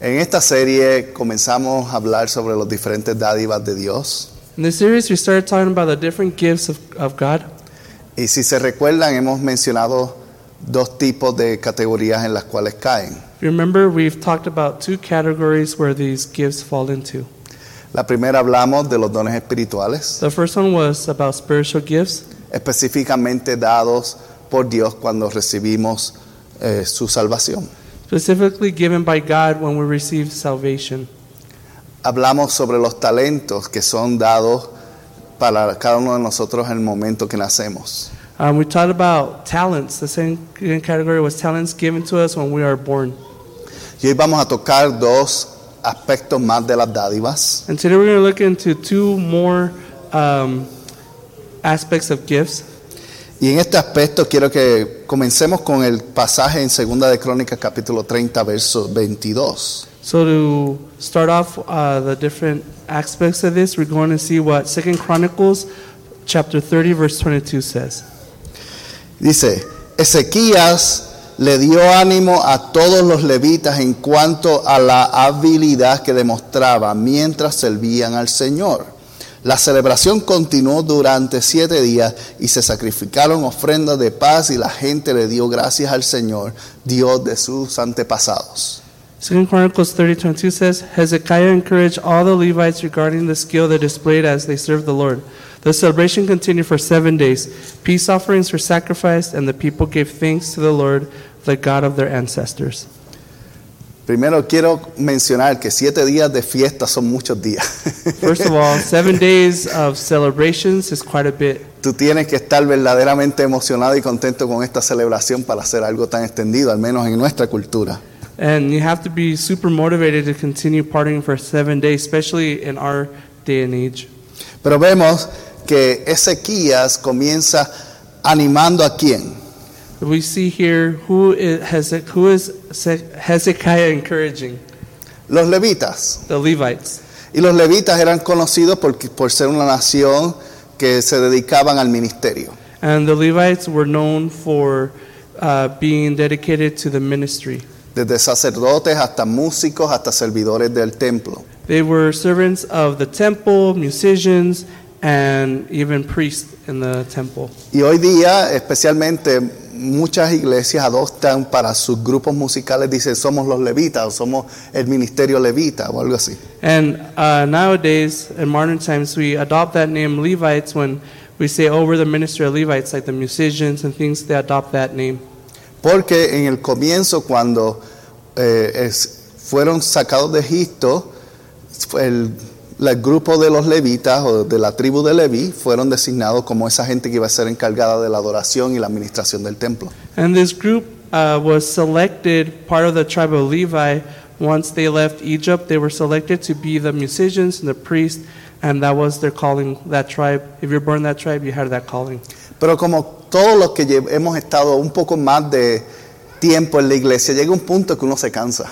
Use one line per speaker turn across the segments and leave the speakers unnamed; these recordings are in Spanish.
En esta serie comenzamos a hablar sobre los diferentes dádivas de Dios.
In this series, we started talking about the different gifts of, of God.
Y si se recuerdan, hemos mencionado dos tipos de categorías en las cuales caen.
If you remember, we've talked about two categories where these gifts fall into.
La primera hablamos de los dones espirituales,
The first one was about spiritual gifts,
específicamente dados por Dios cuando recibimos eh, su salvación.
specifically given by God when we receive salvation.
Hablamos sobre los talentos que son dados para cada uno de nosotros en el momento que nacemos.
Um, we talked about talents. The same category was talents given to us when we are born.
Y hoy vamos a tocar dos aspectos más de las dádivas.
And today we're going to look into two more um, aspects of gifts.
Y en este aspecto quiero que comencemos con el pasaje en Segunda de Crónicas capítulo 30 verso 22.
So to start off uh, the different aspects of this, we're going to see what Second Chronicles chapter 30 verse 22 says.
Dice, Ezequías le dio ánimo a todos los levitas en cuanto a la habilidad que demostraba mientras servían al Señor. La celebración continuó durante siete días y se sacrificaron ofrendas de paz y la gente le dio gracias al Señor, Dios de sus antepasados.
Second Chronicles 30, 22 says, Hezekiah encouraged all the Levites regarding the skill they displayed as they served the Lord. The celebration continued for seven days. Peace offerings were sacrificed, and the people gave thanks to the Lord, the God of their ancestors.
Primero quiero mencionar que siete días de fiesta son muchos días.
First of all, seven days of celebrations is quite a bit.
Tú tienes que estar verdaderamente emocionado y contento con esta celebración para hacer algo tan extendido, al menos en nuestra cultura.
And you have to be super motivated to continue partying for seven days, especially in our day and age.
Pero vemos que Ezequías comienza animando a quién?
We see here who is, Hezek, who is Hezekiah encouraging?
Los levitas.
The Levites.
Y los levitas eran conocidos por, por ser una nación que se dedicaban al ministerio.
And the Levites were known for uh, being dedicated to the ministry.
Desde sacerdotes hasta músicos, hasta servidores del templo.
They were servants of the temple, musicians, and even priests in the temple.
Y hoy día, especialmente, muchas iglesias adoptan para sus grupos musicales, dicen somos los levitas o somos el ministerio levita o algo así.
And uh, nowadays, in modern times, we adopt that name Levites when we say, oh, we're the ministry of Levites, like the musicians and things, they adopt that name.
Porque en el comienzo, cuando eh, es- fueron sacados de Egipto, el, el grupo de los levitas o de la tribu de Leví fueron designados como esa gente que iba a ser encargada de la adoración y la administración del templo.
And this group uh, was selected, part of the tribe of Levi. Once they left Egypt, they were selected to be the musicians and the priests, and that was their calling, that tribe. If you're born in that tribe, you had that calling.
Pero como todos los que lle- hemos estado un poco más de tiempo en la iglesia, llega un punto que uno se cansa.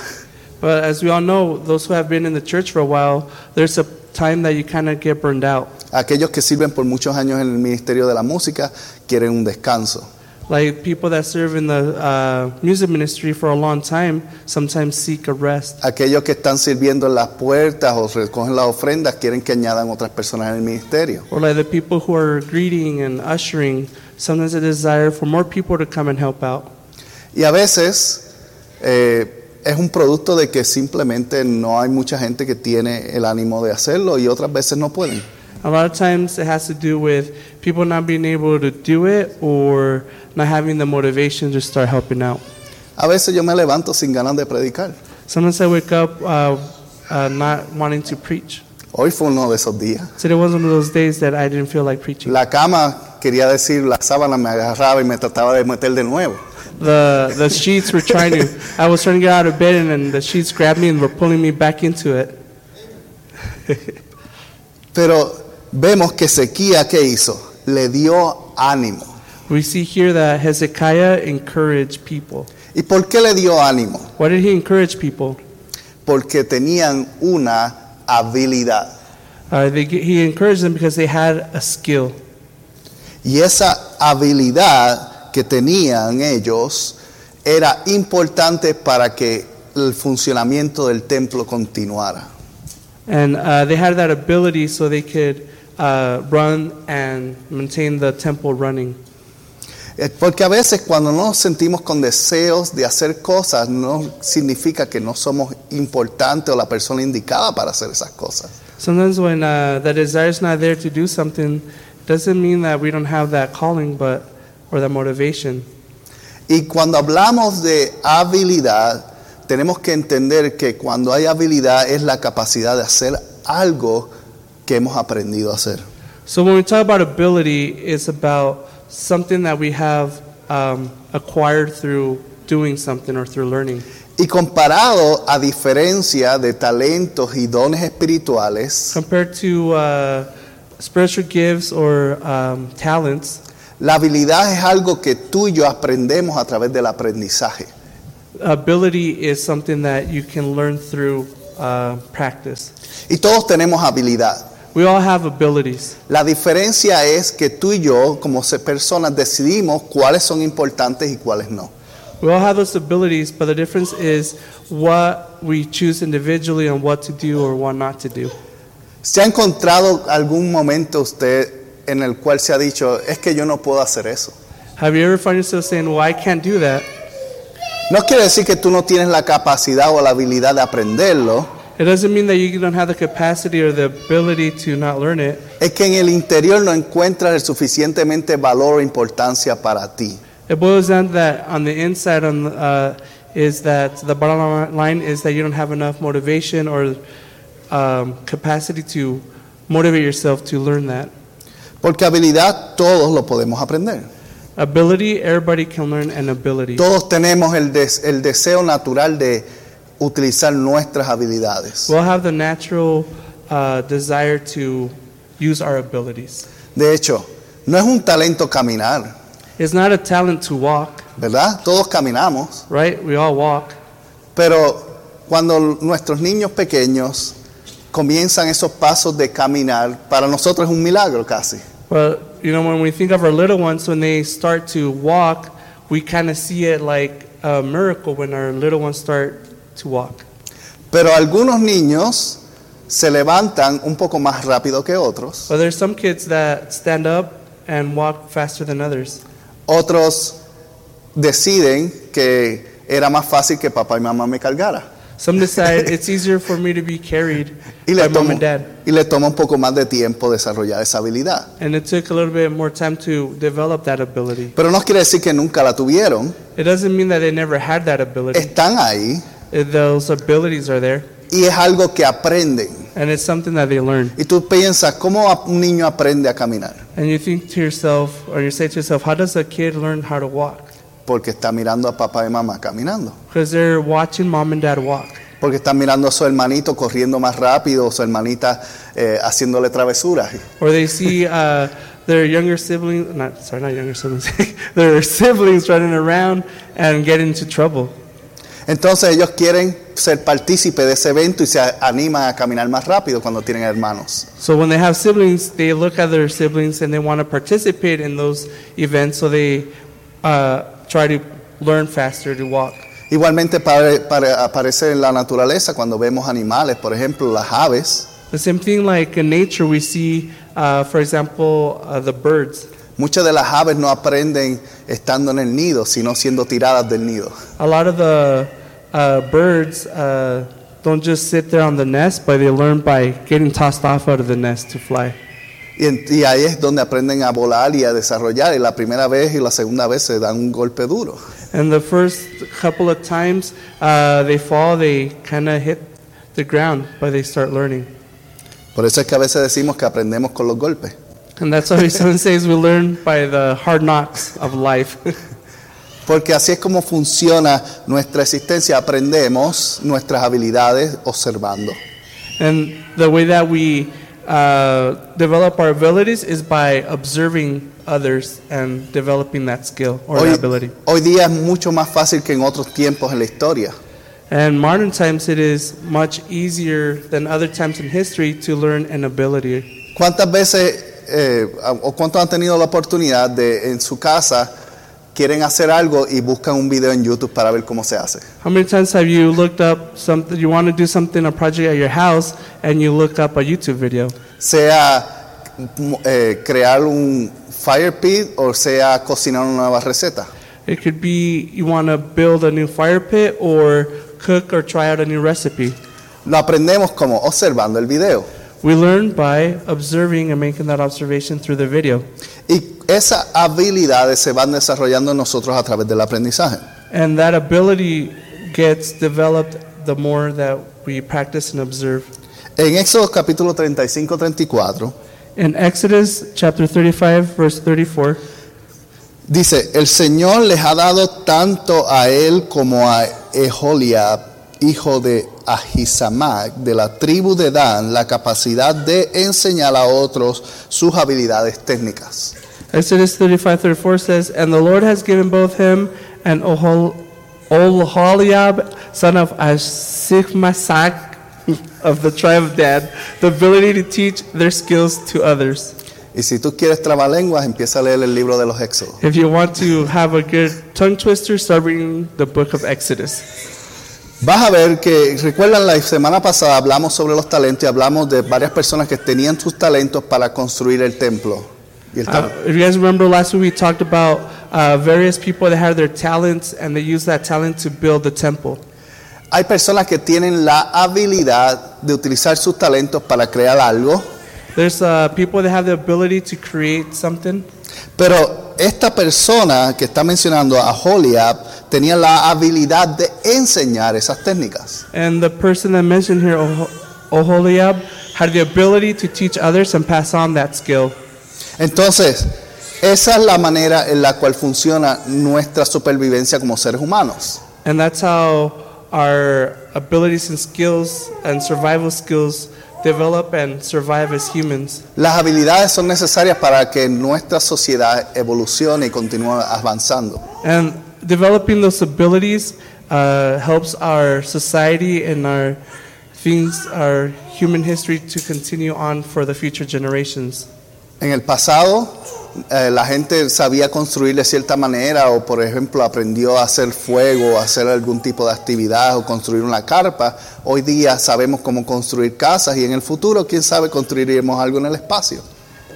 But as we all know, those who have been in the church for a while, there's a time that you kind of get burned out.
Aquellos que sirven por muchos años en el ministerio de la música quieren un descanso.
Like people that serve in the uh, music ministry for a long time sometimes seek a rest.
Aquellos que están sirviendo en las puertas o recogen las ofrendas quieren que añadan otras personas en el ministerio.
Or like the people who are greeting and ushering, sometimes a desire for more people to come and help out.
Y a veces eh, es un producto de que simplemente no hay mucha gente que tiene el ánimo de hacerlo y otras veces no pueden.
A lot of times it has to do with people not being able to do it or not having the motivation to start helping out.
A veces yo me levanto sin ganas de predicar.
Sometimes I wake up uh, uh, not wanting to preach.
Hoy fue uno de esos días.
Today was one of those days that I didn't feel like preaching.
La cama, quería decir, la sábana me agarraba y me trataba de meter de nuevo.
The, the sheets were trying to, I was trying to get out of bed and then the sheets grabbed me and were pulling me back into it.
Pero vemos que Ezequiel, ¿qué hizo? Le dio ánimo.
We see here that Hezekiah encouraged people.
¿Y por qué le dio ánimo?
Why did he encourage people?
Porque tenían una habilidad.
Uh, they, he encouraged them because they had a skill.
Y esa habilidad que tenían ellos era importante para que el funcionamiento del templo continuara.
And uh, they had that ability so they could uh, run and maintain the temple running.
Eh, Porque a veces cuando nos sentimos con deseos de hacer cosas, no significa que no somos importantes o la persona indicada para hacer esas cosas.
Sometimes when uh, that desire is not there to do something, doesn't mean that we don't have that calling, but or that motivation.
Y cuando hablamos de habilidad, tenemos que entender que cuando hay habilidad es la capacidad de hacer algo que hemos aprendido a hacer.
So when we talk about ability, it's about something that we have um, acquired through doing something or through learning.
Y comparado a diferencia de talentos y dones espirituales,
Compared to uh, spiritual gifts or um, talents,
la habilidad es algo que tú y yo aprendemos a través del aprendizaje.
ability is something that you can learn through uh, practice.
Y todos tenemos habilidad.
We all have abilities.
La diferencia es que tú y yo, como se- personas, decidimos cuáles son importantes y cuáles no.
We all have those abilities, but the difference is what we choose individually on what to do or what not to do.
¿Se ha encontrado algún momento usted en el cual se ha dicho, es que yo no puedo hacer eso?
Have you ever found yourself saying, "Well, I can't do that"?
No quiere decir que tú no tienes la capacidad o la habilidad de aprenderlo,
It doesn't mean that you don't have the capacity or the ability to not learn it.
es que en el interior no encuentras el suficientemente valor o importancia para ti.
It boils down to that on the inside, on the, uh, is that the bottom line is that you don't have enough motivation or um, capacity to motivate yourself to learn that.
Porque habilidad todos lo podemos aprender.
Ability, everybody can learn an ability.
Todos tenemos el, des- el deseo natural de utilizar nuestras habilidades.
We'll have the natural uh, desire to use our abilities.
De hecho, no es un talento caminar,
It's not a talent to walk,
¿verdad? Todos caminamos,
right? We all walk.
pero cuando l- nuestros niños pequeños comienzan esos pasos de caminar, para nosotros es un milagro casi.
But, you know, when we think of our little ones, when they start to walk, we kind of see it like a miracle when our little ones start to walk.
Pero algunos niños se levantan un poco más rápido que otros.
But there's some kids that stand up and walk faster than others.
Otros deciden que era más fácil que papá y mamá me cargara.
Some decide it's easier for me to be carried
Y le,
by mom
tomó,
and dad.
y le toma un poco más de tiempo desarrollar esa habilidad.
And it took a little bit more time to develop that ability.
Pero no quiere decir que nunca la tuvieron.
It doesn't mean that they never had that ability.
Están ahí
Those abilities are there,
y es algo que aprenden.
and it's something that they learn.
Y tú piensas, ¿cómo ap- un niño aprende a caminar?
And you think to yourself, or you say to yourself, how does a kid learn how to walk?
Porque está mirando a papá y mamá caminando.
Because they're watching mom and dad walk.
Porque está mirando a su hermanito corriendo más rápido, su hermanita eh, haciéndole travesuras.
Or they see uh, their younger siblings, not, sorry, not younger siblings, their siblings running around and getting into trouble.
Entonces ellos quieren ser partícipe de ese evento y se a- animan a caminar más rápido cuando tienen hermanos.
So when they have siblings, they look at their siblings and they want to participate in those events, so they uh, try to learn faster to walk.
Igualmente pare- pare- aparece en la naturaleza cuando vemos animales, por ejemplo las aves.
The same thing like in nature, we see, uh, for example, uh, the birds.
Muchas de las aves no aprenden estando en el nido, sino siendo tiradas del nido.
A lot of the uh, birds uh, don't just sit there on the nest, but they learn by getting tossed off out of the nest to fly.
Y, en- y ahí es donde aprenden a volar y a desarrollar. Y la primera vez y la segunda vez se dan un golpe duro.
And the first couple of times uh, they fall, they kind of hit the ground, but they start learning.
Por eso es que a veces decimos que aprendemos con los golpes.
And that's why someone says we learn by the hard knocks of life.
Porque así es como funciona nuestra existencia. Aprendemos nuestras habilidades observando.
And the way that we uh, develop our abilities is by observing others and developing that skill or that ability.
Hoy, hoy día es mucho más fácil que en otros tiempos en la historia.
And modern times, it is much easier than other times in history to learn an ability.
¿Cuántas veces eh, o cuántos han tenido la oportunidad de en su casa quieren hacer algo y buscan un video en YouTube para ver cómo se hace?
How many times have you looked up something? You want to do something, a project at your house, and you look up a YouTube video,
Sea eh, crear un fire pit o sea cocinar una nueva receta.
It could be you want to build a new fire pit or cook or try out a new recipe.
Lo aprendemos como observando el video.
We learn by observing and making that observation through the video.
Y esas habilidades se van desarrollando en nosotros a través del aprendizaje.
And that ability gets developed the more that we practice and observe.
En Éxodo capítulo 35-34
In Exodus chapter 35, verse 34,
dice, el Señor les ha dado tanto a él como a Eholiab, hijo de Ahisamac, de la tribu de Dan, la capacidad de enseñar a otros sus habilidades técnicas.
Exodus 35, 34 says, And the Lord has given both him and Ohol- Oholiab, son of Ashikmasak of the tribe of Dan, the ability to teach their skills to others.
Y si tú quieres trabalenguas, empieza a leer el libro de los Éxodos.
If you want to have a good tongue twister, start reading the book of Exodus.
Vas a ver que, recuerdan la semana pasada hablamos sobre los talentos y hablamos de varias personas que tenían sus talentos para construir el templo. Y el
Uh,
templo.
if you guys remember last week, we talked about uh, various people that had their talents and they used that talent to build the temple.
Hay personas que tienen la habilidad de utilizar sus talentos para crear algo,
There's uh, people that have the ability to create something,
pero esta persona que está mencionando a Holiab tenía la habilidad de enseñar esas técnicas.
and the person that mentioned here, Oh- Oholiab, had the ability to teach others and pass on that skill.
Entonces, esa es la manera en la cual funciona nuestra supervivencia como seres humanos.
And that's how our abilities and skills and survival skills develop and survive as humans.
Las habilidades son necesarias para que nuestra sociedad evolucione y continúe avanzando.
And developing those abilities uh, helps our society and our things, our human history to continue on for the future generations.
En el pasado, eh, la gente sabía construir de cierta manera o, por ejemplo, aprendió a hacer fuego, a hacer algún tipo de actividad o construir una carpa. Hoy día sabemos cómo construir casas y en el futuro, quién sabe, construiremos algo en el espacio.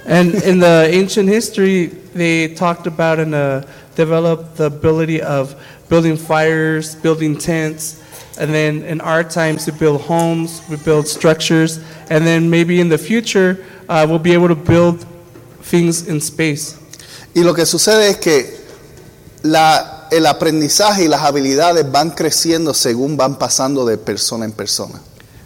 And in the ancient history, they talked about and uh, developed the ability of building fires, building tents, and then in our times, we build homes, we build structures, and then maybe in the future, uh, we'll be able to build things in space.
Y lo que sucede es que la- el aprendizaje y las habilidades van creciendo según van pasando de persona en persona.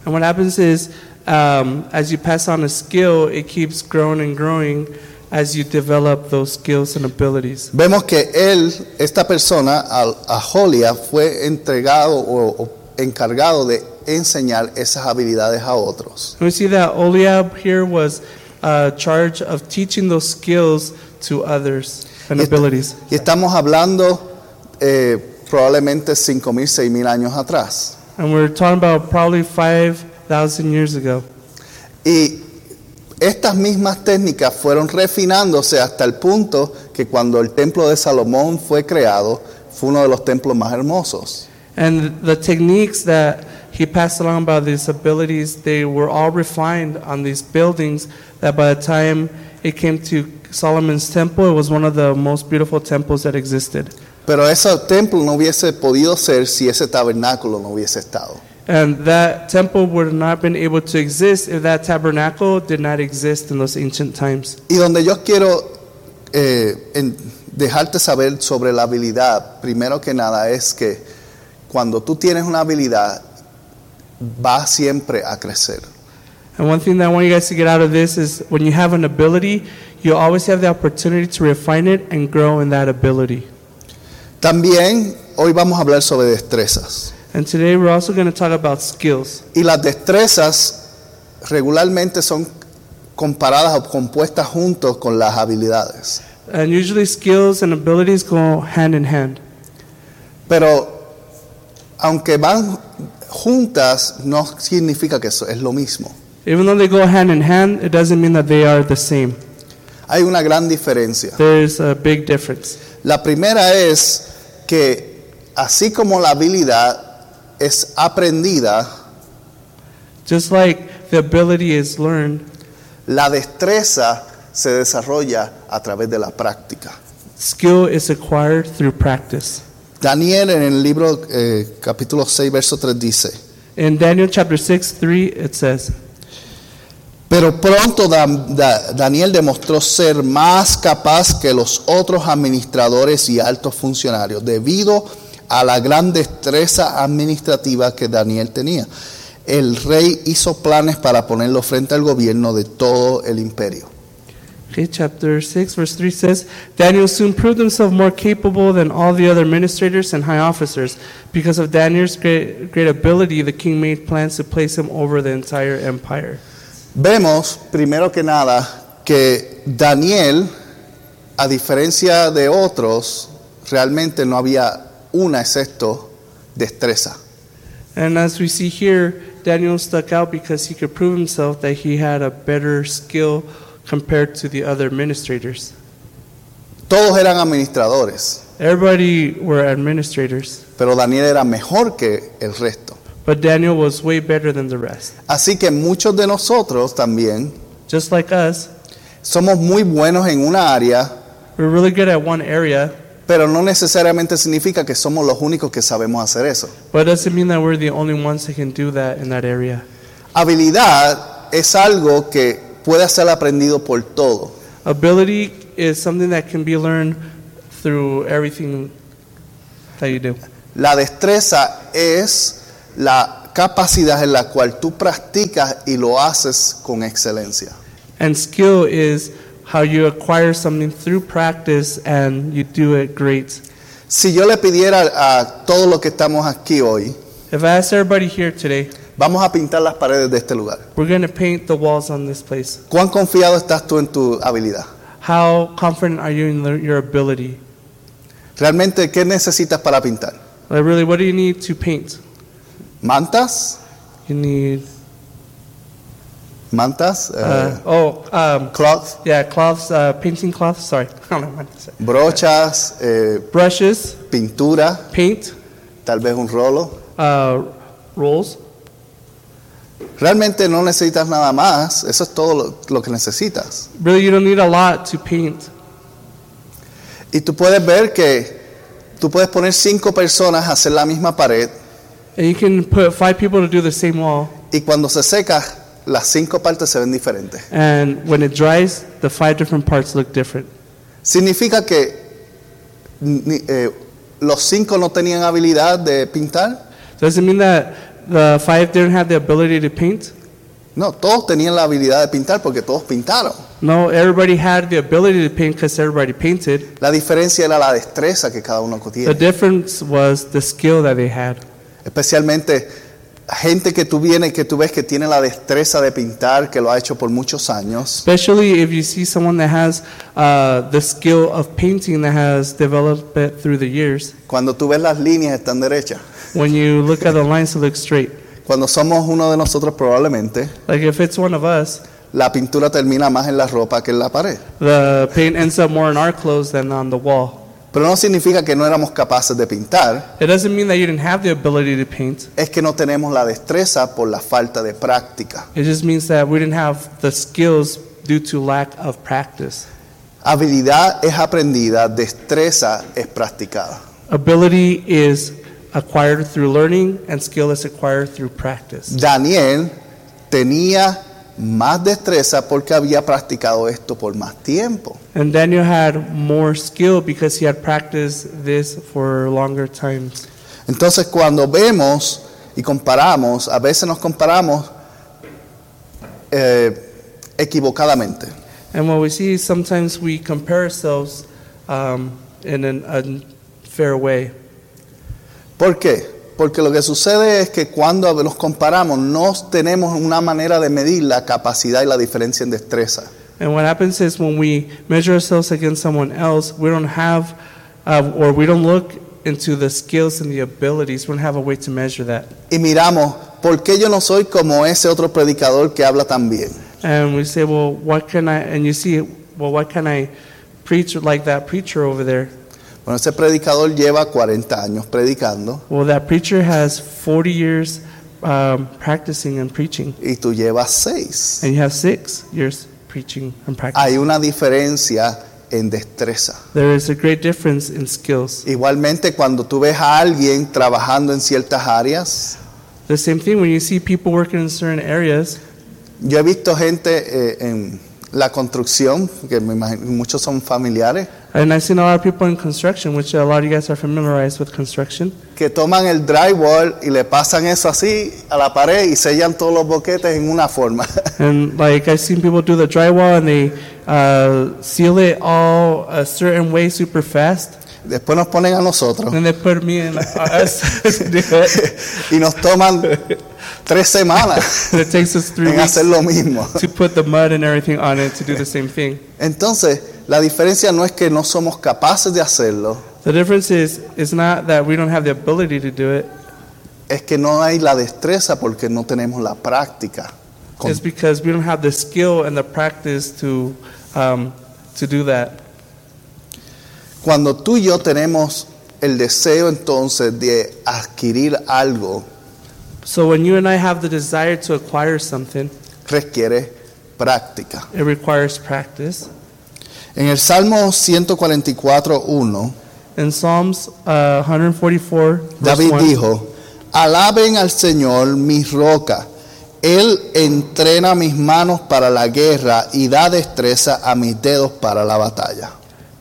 And what happens is, um, as you pass on a skill, it keeps growing and growing as you develop those skills and abilities.
Vemos que él, esta persona, al- a Jolia, fue entregado o, o encargado de enseñar esas habilidades a otros.
And we see that Oliab here was uh, charged of teaching those skills to others and
Yes.
abilities.
Y estamos hablando eh, probablemente 5.000, 6.000 años atrás.
And we're talking about probably 5,000 years ago.
Y estas mismas técnicas fueron refinándose hasta el punto que cuando el templo de Salomón fue creado, fue uno de los templos más hermosos.
And the techniques that he passed along about these abilities, they were all refined on these buildings that by the time it came to Solomon's temple, it was one of the most beautiful temples that existed.
Pero ese templo no hubiese podido ser si ese tabernáculo no hubiese estado.
And that temple would have not been able to exist if that tabernacle did not exist in those ancient times.
Y donde yo quiero eh, en- dejarte saber sobre la habilidad, primero que nada es que cuando tú tienes una habilidad, va siempre a crecer.
And one thing that I want you guys to get out of this is when you have an ability, you always have the opportunity to refine it and grow in that ability.
También hoy vamos a hablar sobre destrezas.
And today we're also going to talk about skills.
Y las destrezas regularmente son comparadas o compuestas junto con las habilidades.
And usually skills and abilities go hand in hand.
Pero aunque van juntas, no significa que eso es lo mismo.
Even though they go hand in hand, it doesn't mean that they are the same.
Hay una gran diferencia.
There's a big difference.
La primera es que así como la habilidad es aprendida,
Just like the ability is learned,
la destreza se desarrolla a través de la práctica.
skill is acquired through practice.
Daniel en el libro eh, capítulo 6, verso 3 dice,
In Daniel chapter 6, 3, it says,
Pero pronto Dan- Da- Daniel demostró ser más capaz que los otros administradores y altos funcionarios debido a la gran destreza administrativa que Daniel tenía. El rey hizo planes para ponerlo frente al gobierno de todo el imperio.
Okay, chapter 6, verse 3 says, Daniel soon proved himself more capable than all the other administrators and high officers. Because of Daniel's great, great ability, the king made plans to place him over the entire empire.
Vemos, primero que nada, que Daniel, a diferencia de otros, realmente no había una excepto destreza.
And as we see here, Daniel stuck out because he could prove himself that he had a better skill compared to the other administrators.
Todos eran administradores.
Everybody were administrators,
Pero Daniel era mejor que el resto.
but Daniel was way better than the rest.
Así que muchos de nosotros también
Just like us,
somos muy buenos en una área,
we're really good at one area,
pero no necesariamente significa que somos los únicos que sabemos hacer eso.
but it doesn't mean that we're the only ones that can do that in that area.
Habilidad es algo que puede ser aprendido por todo.
Ability is something that can be learned through everything that you do.
La destreza es la capacidad en la cual tú practicas y lo haces con excelencia.
And skill is how you acquire something through practice and you do it great.
Si yo le pidiera a todos los que estamos aquí hoy,
If I ask everybody here today,
vamos a pintar las paredes de este lugar.
we're going to paint the walls on this place.
¿Cuán confiado estás tú en tu habilidad?
How confident are you in the, your ability?
Realmente, ¿qué necesitas para pintar?
Like, really, what do you need to paint?
¿Mantas?
You need,
¿Mantas?
uh,
eh,
oh, um,
cloth,
yeah, cloths, uh, painting cloths. Sorry, I don't know what to say.
brochas, eh,
Brushes,
pintura,
paint,
tal vez un rolo.
uh, rolls.
Realmente no necesitas nada más, eso es todo lo, lo que necesitas.
Really, you don't need a lot to paint.
Y tú puedes ver que tú puedes poner cinco personas a hacer la misma pared
And you can put five people to do the same wall,
y cuando se seca, las cinco partes se ven diferentes.
and when it dries, the five different parts look different.
¿Significa que ni- eh, los cinco no tenían habilidad de pintar?
Doesn't mean that the five didn't have the ability to paint.
No, todos tenían la habilidad de pintar porque todos pintaron.
No, everybody had the ability to paint because everybody painted.
La diferencia era la destreza que cada uno
The
tiene.
difference was the skill that they had.
Especialmente gente que tú vienes, que tú ves que tiene la destreza de pintar, que lo ha hecho por muchos años.
Especially if you see someone that has uh, the skill of painting that has developed it through the years.
Cuando tú ves las líneas están derechas.
When you look at the lines, it looks straight.
Cuando somos uno de nosotros probablemente,
Like if it's one of us,
la pintura termina más en la ropa que en la pared.
the paint ends up more in our clothes than on the wall.
Pero no significa que no éramos capaces de pintar,
It doesn't mean that you didn't have the ability to paint.
es que no tenemos la destreza por la falta de práctica.
It just means that we didn't have the skills due to lack of practice.
Habilidad es aprendida, destreza es practicada.
Ability is acquired through learning, and skill is acquired through practice.
Daniel tenía más destreza porque había practicado esto por más tiempo.
And Daniel had more skill because he had practiced this for longer times.
Entonces cuando vemos y comparamos, a veces nos comparamos eh, equivocadamente.
And what we see is sometimes we compare ourselves um, in an unfair way.
¿Por qué? Porque lo que sucede es que cuando nos comparamos no tenemos una manera de medir la capacidad y la diferencia en destreza.
And what happens is when we measure ourselves against someone else, we don't have, uh, or we don't look into the skills and the abilities. We don't have a way to measure that.
Y miramos, ¿por qué yo no soy como ese otro predicador que habla tan bien?
And we say, well, what can I, and you see, well, what can I preach like that preacher over there?
Bueno, ese predicador lleva 40 años predicando
Well, that preacher has 40 years um, practicing and preaching,
y tú llevas 6.
and you have six years preaching and practicing.
Hay una diferencia en destreza.
There is a great difference in skills.
Igualmente cuando tú ves a alguien trabajando en ciertas áreas,
The same thing when you see people working in certain areas.
yo he visto gente eh, en la construcción, que me imagino- muchos son familiares,
And I've seen a lot of people in construction, which a lot of you guys are familiarized with construction.
que toman el drywall y le pasan eso así a la pared y sellan todos los boquetes en una forma.
And like I've seen people do the drywall and they uh, seal it all a certain way super fast.
Después nos ponen a nosotros
And then they put me and us to do it.
y nos toman tres semanas
And it takes us three
en
weeks
hacer lo mismo.
to put the mud and everything on it to do the same thing.
Entonces, la diferencia no es que no somos capaces de hacerlo,
The difference is, it's not that we don't have the ability to do it.
es que no hay la destreza porque no tenemos la práctica. Con-
It's because we don't have the skill and the practice to um, to do that.
Cuando tú y yo tenemos el deseo entonces de adquirir algo,
So when you and I have the desire to acquire something,
requiere práctica.
it requires practice.
En el Salmo 144, 1,
In Psalms uh, 144, verse
David
1,
dijo, alaben al Señor mi roca. Él entrena mis manos para la guerra y da destreza a mis dedos para la batalla.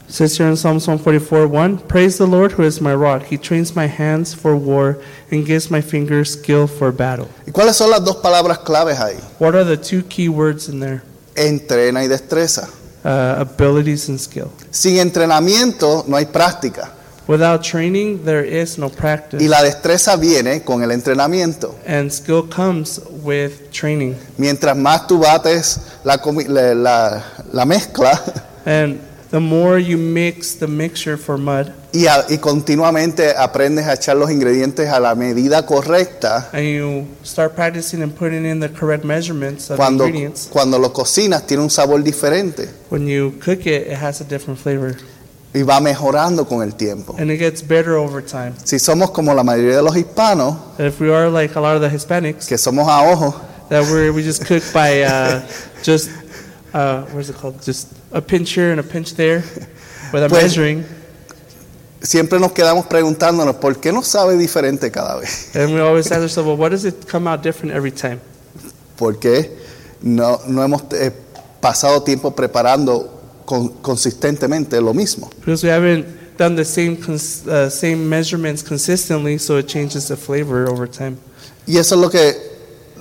says here in Psalms 144, 1, Praise the Lord who is my rock. He trains my hands for war and gives my fingers skill for battle.
¿Y cuáles son las dos palabras claves ahí?
What are the two key words in there?
Entrena y destreza.
Uh, abilities and skill.
Sin entrenamiento no hay práctica.
Without training, there is no practice.
Y la destreza viene con el entrenamiento.
and skill comes with training.
Mientras más tú bates la, comi- la- la- la mezcla
And the more you mix the mixture for mud
y, a- y continuamente aprendes a echar los ingredientes a la medida correcta,
and you start practicing and putting in the correct measurements of
cuando,
ingredients,
cuando lo cocinas tiene un sabor diferente
when you cook it, it has a different flavor
y va mejorando con el tiempo.
and it gets better over time.
Si somos como la mayoría de los hispanos,
And if we are like a lot of the Hispanics,
que somos a ojo,
that we're, we just cook by uh, just, uh, what is it called? Just a pinch here and a pinch there without
Pues-
measuring.
siempre nos quedamos preguntándonos por qué no sabe diferente cada vez.
And we always ask ourselves, well, what does it come out different every time?
¿Por qué no, no hemos eh, pasado tiempo preparando con- consistentemente lo mismo?
Because we haven't done the same cons- uh, same measurements consistently, so it changes the flavor over time.
Y eso es lo que,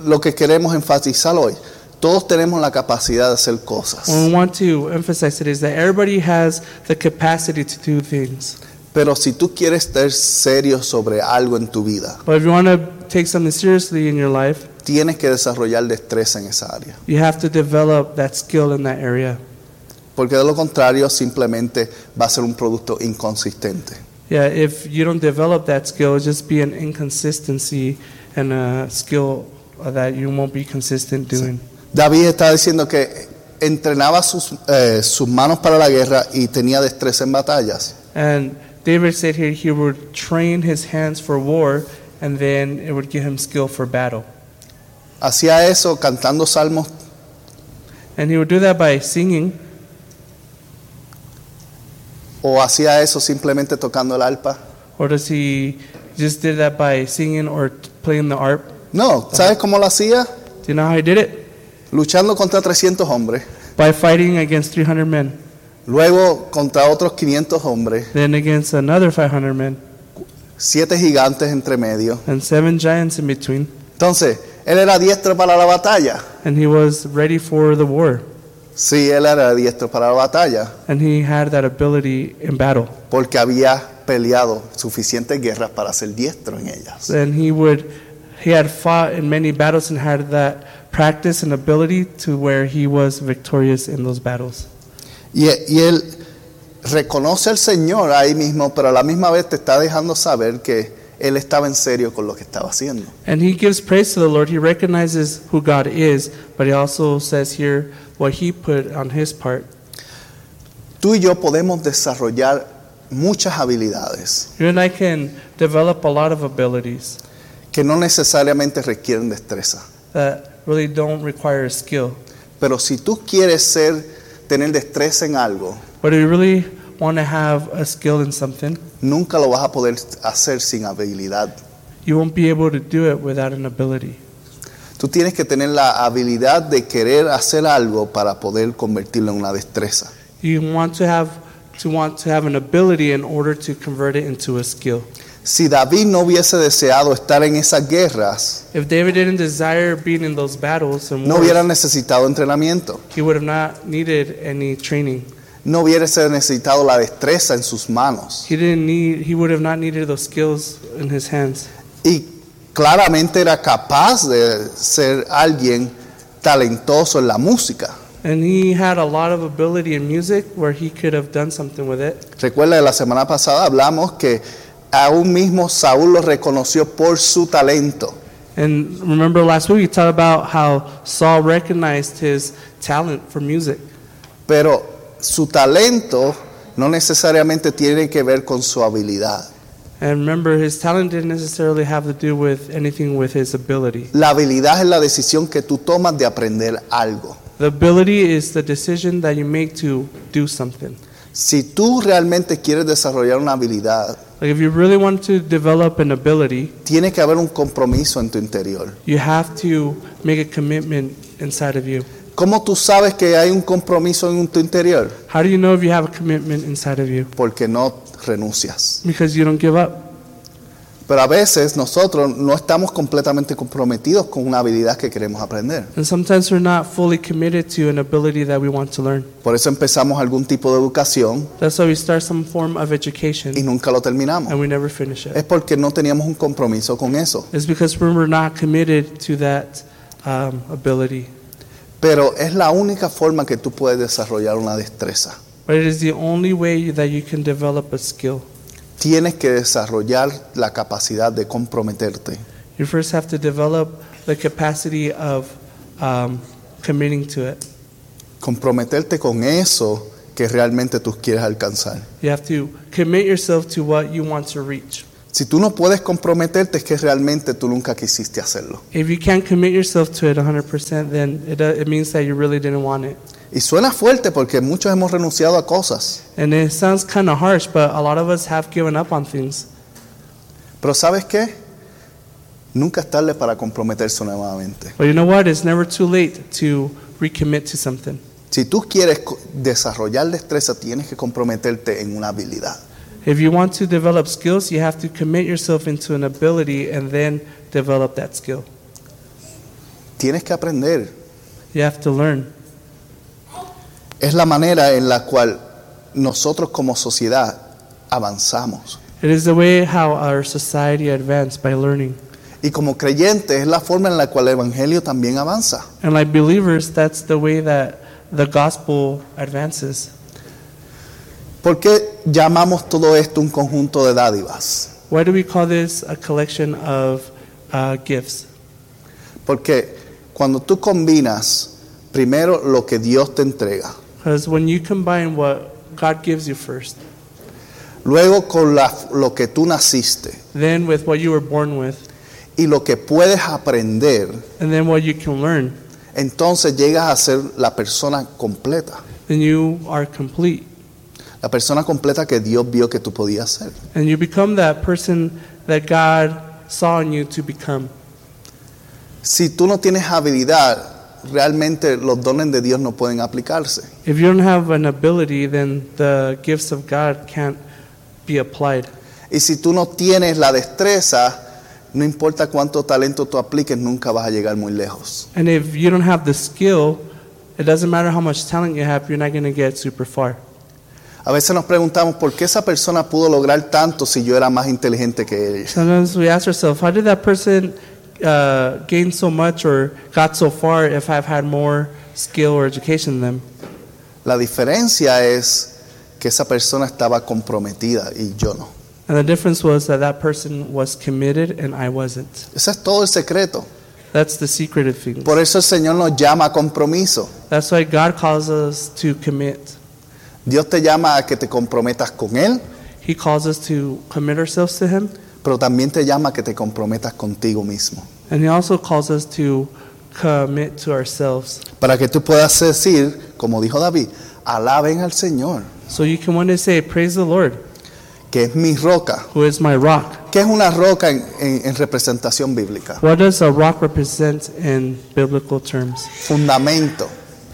lo que queremos enfatizar hoy. Todos tenemos la capacidad de hacer cosas,
What we want to emphasize today is that everybody has the capacity to do things.
pero si tú quieres ser serio sobre algo en tu vida,
But if you want to take something seriously in your life,
tienes que desarrollar destreza en esa área,
you have to develop that skill in that area.
porque de lo contrario simplemente va a ser un producto inconsistente.
Yeah, if you don't develop that skill, it'll just be an inconsistency and a skill that you won't be consistent doing.
David está diciendo que entrenaba sus, eh, sus manos para la guerra y tenía destreza en batallas.
And David said here he would train his hands for war, and then it would give him skill for battle.
Hacía eso cantando salmos
And he would do that by singing,
o hacía eso simplemente tocando el arpa.
or does he just did that by singing or t- playing the harp?
No, ¿sabes cómo lo hacía?
Do you know how he did it?
Luchando contra 300 hombres,
By fighting against 300 men,
luego contra otros 500 hombres,
then against another 500 men,
siete gigantes entre medio.
and seven giants in between.
Entonces, él era diestro para la batalla.
And he was ready for the war,
Sí, él era diestro para la batalla,
and he had that ability in battle
porque había peleado suficientes guerras para ser diestro en ellas.
And he would, he had fought in many battles and had that practice and ability to where he was victorious in those battles.
Y, y él reconoce al Señor ahí mismo, pero a la misma vez te está dejando saber que él estaba en serio con lo que estaba haciendo.
And he gives praise to the Lord. He recognizes who God is, but he also says here what he put on his part.
Tú y yo podemos desarrollar muchas habilidades
You and I can develop a lot of abilities
que no necesariamente requieren destreza,
that really don't require skill.
pero si tú quieres ser tener destreza en algo,
But if you really want to have a skill in something,
nunca lo vas a poder hacer sin habilidad.
you won't be able to do it without an ability.
Tú tienes que tener la habilidad de querer hacer algo para poder convertirlo en una destreza.
You want to have to want to have an ability in order to convert it into a skill.
Si David no hubiese deseado estar en esas guerras,
If David didn't desire being in those battles and
no
wars,
hubiera necesitado entrenamiento,
he would have not needed any training.
no hubiese necesitado la destreza en sus manos.
He didn't need. He would have not needed those skills in his hands.
Y claramente era capaz de ser alguien talentoso en la música.
And he had a lot of ability in music where he could have done something with it.
Recuerda que la semana pasada hablamos que aún mismo Saúl lo reconoció por su talento.
And remember last week we talked about how Saul recognized his talent for music,
Pero su talento no necesariamente tiene que ver con su habilidad.
and remember his talent didn't necessarily have to do with anything with his ability.
La habilidad es la decisión que tú tomas de aprender algo.
The ability is the decision that you make to do something.
Si tú realmente quieres desarrollar una habilidad,
Like if you really want to develop an ability,
tiene que haber un compromiso en tu interior.
you have to make a commitment inside of you.
¿Cómo tú sabes que hay un compromiso en tu interior?
How do you know if you have a commitment inside of you?
Porque no renuncias.
Because you don't give up.
Pero a veces nosotros no estamos completamente comprometidos con una habilidad que queremos aprender.
And sometimes we're not fully committed to an ability that we want to learn.
Por eso empezamos algún tipo de educación
That's why we start some form of
y
education
nunca lo terminamos.
and we never finish
Es
it.
porque no teníamos un compromiso con eso.
It's because we we're not committed to that um, ability.
Pero es la única forma que tú puedes desarrollar una destreza.
But it is the only way that you can develop a skill.
Tienes que desarrollar la capacidad de comprometerte.
You first have to develop the capacity of um, committing to it.
Comprometerte con eso que realmente tú quieres alcanzar.
You have to commit yourself to what you want to reach.
Si tú no puedes comprometerte es que realmente tú nunca quisiste hacerlo.
If you can't commit yourself to it 100%, then it, uh, it means that you really didn't want it.
Y suena fuerte porque muchos hemos renunciado a cosas.
And it sounds kind of harsh, but a lot of us have given up on things.
Pero ¿sabes qué? Nunca es tarde para comprometerse nuevamente.
But you know what? It's never too late to recommit to something.
Si tú quieres co- desarrollar destreza, tienes que comprometerte en una habilidad.
If you want to develop skills, you have to commit yourself into an ability and then develop that skill.
Tienes que aprender.
You have to learn.
es la manera en la cual nosotros como sociedad avanzamos.
It is the way how our society advanced by learning.
Y como creyentes es la forma en la cual el Evangelio también avanza.
And like believers, that's the way that the gospel advances.
¿Por qué llamamos todo esto un conjunto de dádivas?
Why do we call this a collection of uh, gifts?
Porque cuando tú combinas primero lo que Dios te entrega,
Because when you combine what God gives you first,
luego con la- lo que tú naciste
then with what you were born with,
y lo que puedes aprender,
and then what you can learn,
entonces llegas a ser la persona completa.
then you are complete.
La persona completa que Dios vio que tú podías ser.
And you become that person that God saw in you to become.
Si tú no tienes habilidad, realmente los dones de Dios no pueden aplicarse.
If you don't have an ability, then the gifts of God can't be applied.
Y si tú no tienes la destreza, no importa cuánto talento tú apliques, nunca vas a llegar muy lejos.
And if you don't have the skill, it doesn't matter how much talent you have, you're not going to get super far.
A veces nos preguntamos por qué esa persona pudo lograr tanto si yo era más inteligente que ella.
Sometimes we ask ourselves, how did that person uh, gain so much or got so far if I've had more skill or education than them?
La diferencia es que esa persona estaba comprometida y yo no.
And the difference was that that person was committed and I wasn't.
Ese es todo el secreto.
That's the secret of things.
Por eso el Señor nos llama a compromiso.
That's why God calls us to commit.
Dios te llama a que te comprometas con Él,
He calls us to commit ourselves to Him,
pero también te llama a que te comprometas contigo mismo.
and He also calls us to commit to ourselves.
Para que tú puedas decir, como dijo David, alaben al Señor,
So you can one day say, Praise the Lord,
que es mi roca.
who is my rock.
¿Qué es una roca en, en- en representación bíblica?
What does a rock represent in biblical terms?
Fundamento,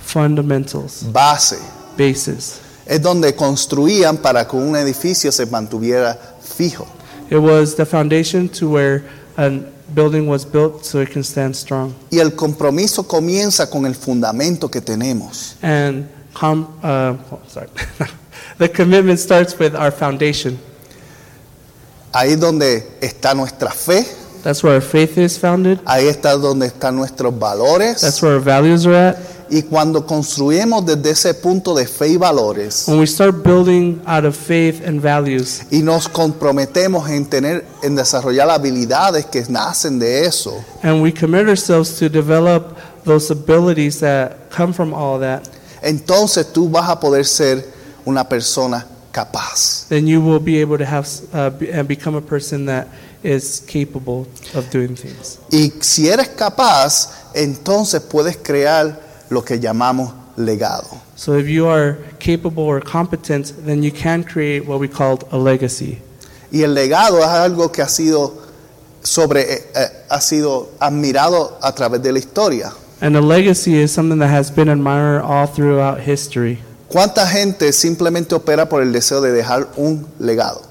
Fundamentals,
base.
basis.
Es donde construían para que un edificio se mantuviera fijo.
It was the foundation to where a building was built so it can stand strong.
Y el compromiso comienza con el fundamento que tenemos.
And com- uh, oh, sorry. the commitment starts with our foundation.
Ahí es donde está nuestra fe,
That's where our faith is founded.
ahí está donde están nuestros valores.
That's where our values are at.
Y cuando construimos desde ese punto de fe y valores
When we start building out of faith and values,
y nos comprometemos en tener, en desarrollar habilidades que nacen de eso,
and we commit ourselves to develop those abilities that come from all that,
entonces tú vas a poder ser una persona capaz.
then you will be able to have uh, be, and become a person that is capable of doing things.
Y si eres capaz, entonces puedes crear lo que llamamos legado.
So if you are capable or competent, then you can create what we called a legacy.
Y el legado es algo que ha sido sobre eh, eh, ha sido admirado a través de la historia.
And a legacy is something that has been admired all throughout history.
¿Cuánta gente simplemente opera por el deseo de dejar un legado?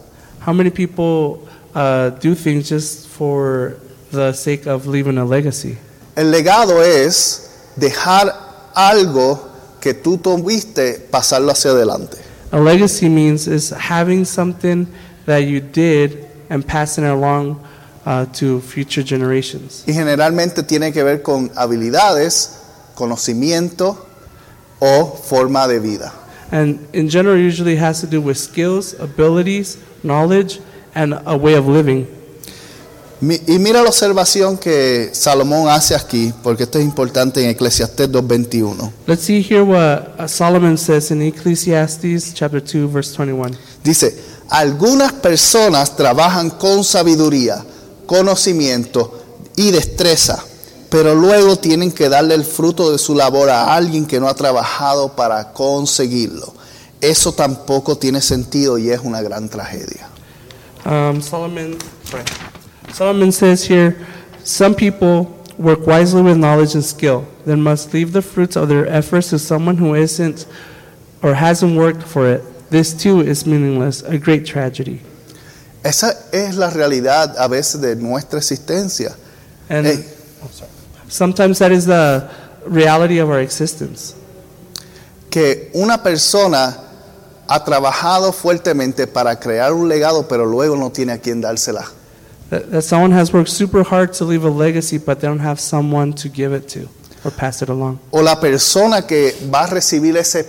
How many people uh, do things just for the sake of leaving a legacy?
El legado es dejar algo que tú tuviste, pasarlo hacia adelante.
A legacy means is having something that you did and passing it along uh, to future generations.
Y generalmente tiene que ver con habilidades, conocimiento o forma de vida.
And in general, usually has to do with skills, abilities, knowledge, and a way of living.
Mi- Y mira la observación que Salomón hace aquí, porque esto es importante en Eclesiastés 2.21.
Let's see here what uh, Solomon says in Ecclesiastes chapter 2 verse 21.
Dice, algunas personas trabajan con sabiduría, conocimiento y destreza, pero luego tienen que darle el fruto de su labor a alguien que no ha trabajado para conseguirlo. Eso tampoco tiene sentido y es una gran tragedia.
Um, Solomon, sorry. Solomon says here, some people work wisely with knowledge and skill, then must leave the fruits of their efforts to someone who isn't or hasn't worked for it. This too is meaningless, a great tragedy.
Esa es la realidad a veces de nuestra existencia.
And
Hey.
Oh, sorry. sometimes that is the reality of our existence.
que una persona ha trabajado fuertemente para crear un legado, pero luego no tiene a quien dársela.
That, that someone has worked super hard to leave a legacy, but they don't have someone to give it to or pass it along.
O la persona que va a recibir ese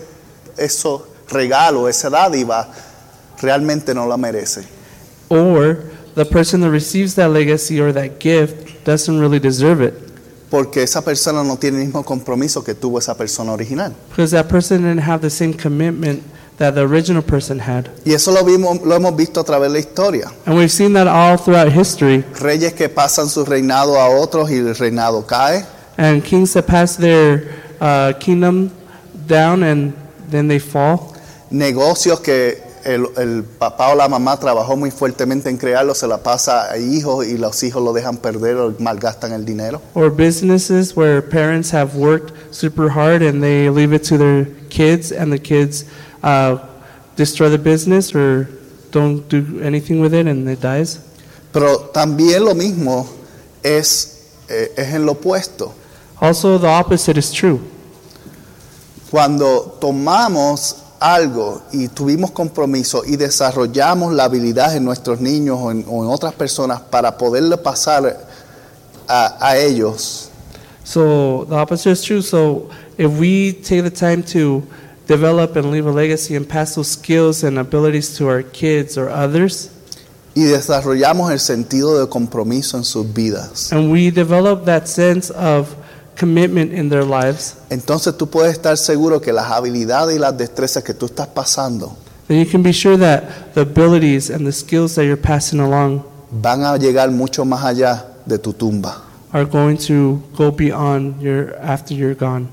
eso regalo, esa dádiva, realmente no la merece.
Or the person that receives that legacy or that gift doesn't really deserve it.
Porque esa persona no tiene el mismo compromiso que tuvo esa persona original.
Because that person didn't have the same commitment that the original person had.
Y eso lo, vimos, lo hemos visto a través de la historia.
And we've seen that all throughout history.
Reyes que pasan su reinado a otros y el reinado cae.
And kings that pass their uh, kingdom down and then they fall.
Negocios que el, el papá o la mamá trabajó muy fuertemente en crearlo, se la pasa a hijos y los hijos lo dejan perder o malgastan el dinero.
Or businesses where parents have worked super hard and they leave it to their kids and the kids uh, destroy the business or don't do anything with it and it dies.
Pero también lo mismo es, eh, es en lo opuesto.
Also, the opposite is true.
Cuando tomamos algo y tuvimos compromiso y desarrollamos la habilidad en nuestros niños o en, o en otras personas para poderle pasar a, a ellos,
So the opposite is true. So if we take the time to develop and leave a legacy and pass those skills and abilities to our kids or others,
y desarrollamos el sentido de compromiso en sus vidas.
and we develop that sense of commitment in their lives,
Entonces tú puedes estar seguro que las habilidades y las destrezas que tú estás pasando
then you can be sure that the abilities and the skills that you're passing along
van a llegar mucho más allá de tu tumba.
are going to go beyond your after you're gone.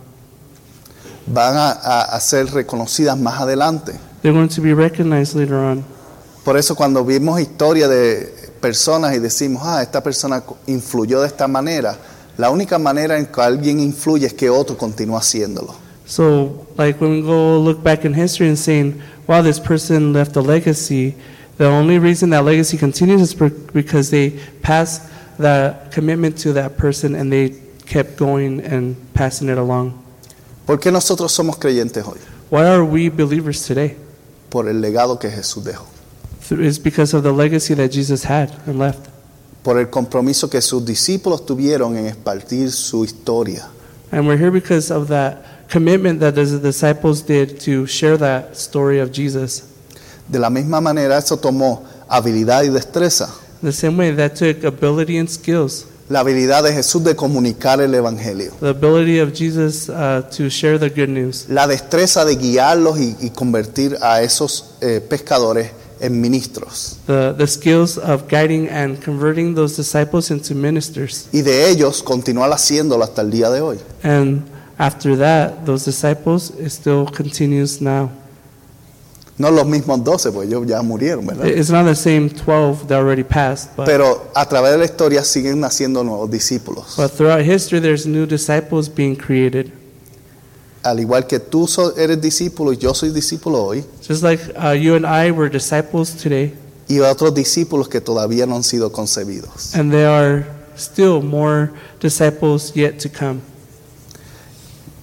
Van a, a- a ser reconocidas más adelante.
They're going to be recognized later on.
Por eso cuando vimos historia de personas y decimos, ah, esta persona co- influyó de esta manera, la única manera en que alguien influye es que otro continúa haciéndolo.
So, like when we go look back in history and saying, "Wow, this person left a legacy," the only reason that legacy continues is per- because they passed that commitment to that person and they kept going and passing it along.
¿Por qué nosotros somos creyentes hoy?
Why are we believers today?
Por el legado que Jesús dejó,
Th- It's because of the legacy that Jesus had and left,
por el compromiso que sus discípulos tuvieron en espartir su historia.
and we're here because of that commitment that the disciples did to share that story of Jesus.
De la misma manera, eso tomó habilidad y destreza.
The same way that took ability and skills.
La habilidad de Jesús de comunicar el Evangelio.
the ability of Jesus uh, to share the good news,
La destreza de guiarlos y, y convertir a esos eh, pescadores en ministros.
the, the skills of guiding and converting those disciples into ministers.
Y de ellos continuar haciéndolo hasta el día de hoy.
And after that, those disciples, it still continues now.
No los mismos doce, porque ellos ya murieron, ¿verdad?
It- It's not the same 12 that already passed, but,
Pero a través de la historia siguen naciendo nuevos discípulos.
but throughout history, there's new disciples being created.
Al igual que tú so- eres discípulo y yo soy discípulo hoy,
Just like uh, you and I were disciples today,
y otros discípulos que todavía no han sido concebidos.
and there are still more disciples yet to come.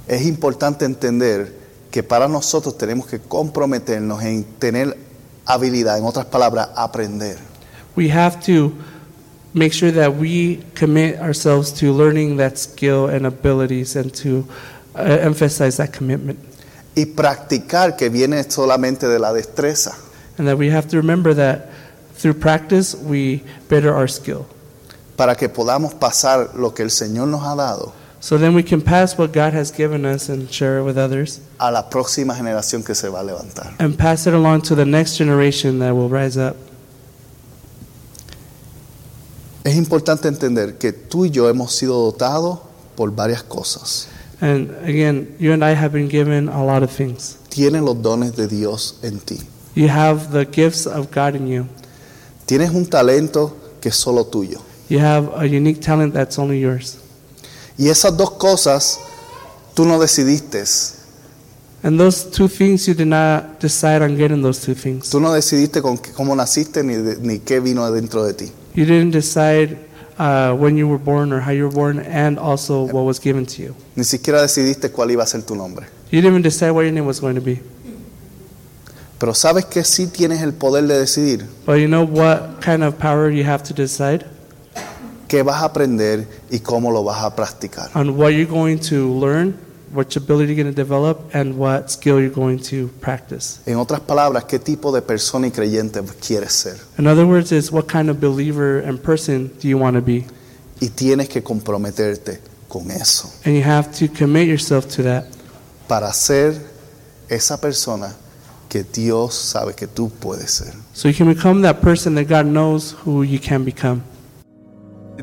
Es importante entender que para nosotros tenemos que comprometernos en tener habilidad, en otras palabras, aprender.
we have to make sure that we commit ourselves to learning that skill and abilities and to uh, emphasize that commitment.
Y practicar que viene solamente de la destreza.
And that we have to remember that through practice, we better our skill.
Para que podamos pasar lo que el Señor nos ha dado
So then we can pass what God has given us and share it with others
a la próxima generación que se va a levantar.
and pass it along to the next generation that will rise up.
Es importante entender que tú y yo hemos sido dotados por varias cosas.
And again, you and I have been given a lot of things.
Tienes los dones de Dios en ti.
You have the gifts of God in you.
Tienes un talento que es solo tuyo.
You have a unique talent that's only yours.
Y esas dos cosas tú no decidiste,
And those two things, you did not decide on getting those two things.
Tú no decidiste con qué- cómo naciste ni, de- ni qué vino dentro de ti.
You didn't decide uh, when you were born or how you were born, and also what was given to you.
Ni siquiera decidiste cuál iba a ser tu nombre.
You didn't even decide what your name was going to be.
Pero sabes que sí tienes el poder de decidir
But you know what kind of power you have to decide
qué vas a aprender y cómo lo vas a practicar.
on what you're going to learn, what ability you're going to develop, and what skill you're going to practice.
En otras palabras, qué tipo de persona y creyente quieres ser.
In other words, is what kind of believer and person do you want to be?
Y tienes que comprometerte con eso
And you have to commit yourself to that
para ser esa persona que Dios sabe que tú puedes ser.
so you can become that person that God knows who you can become.
Si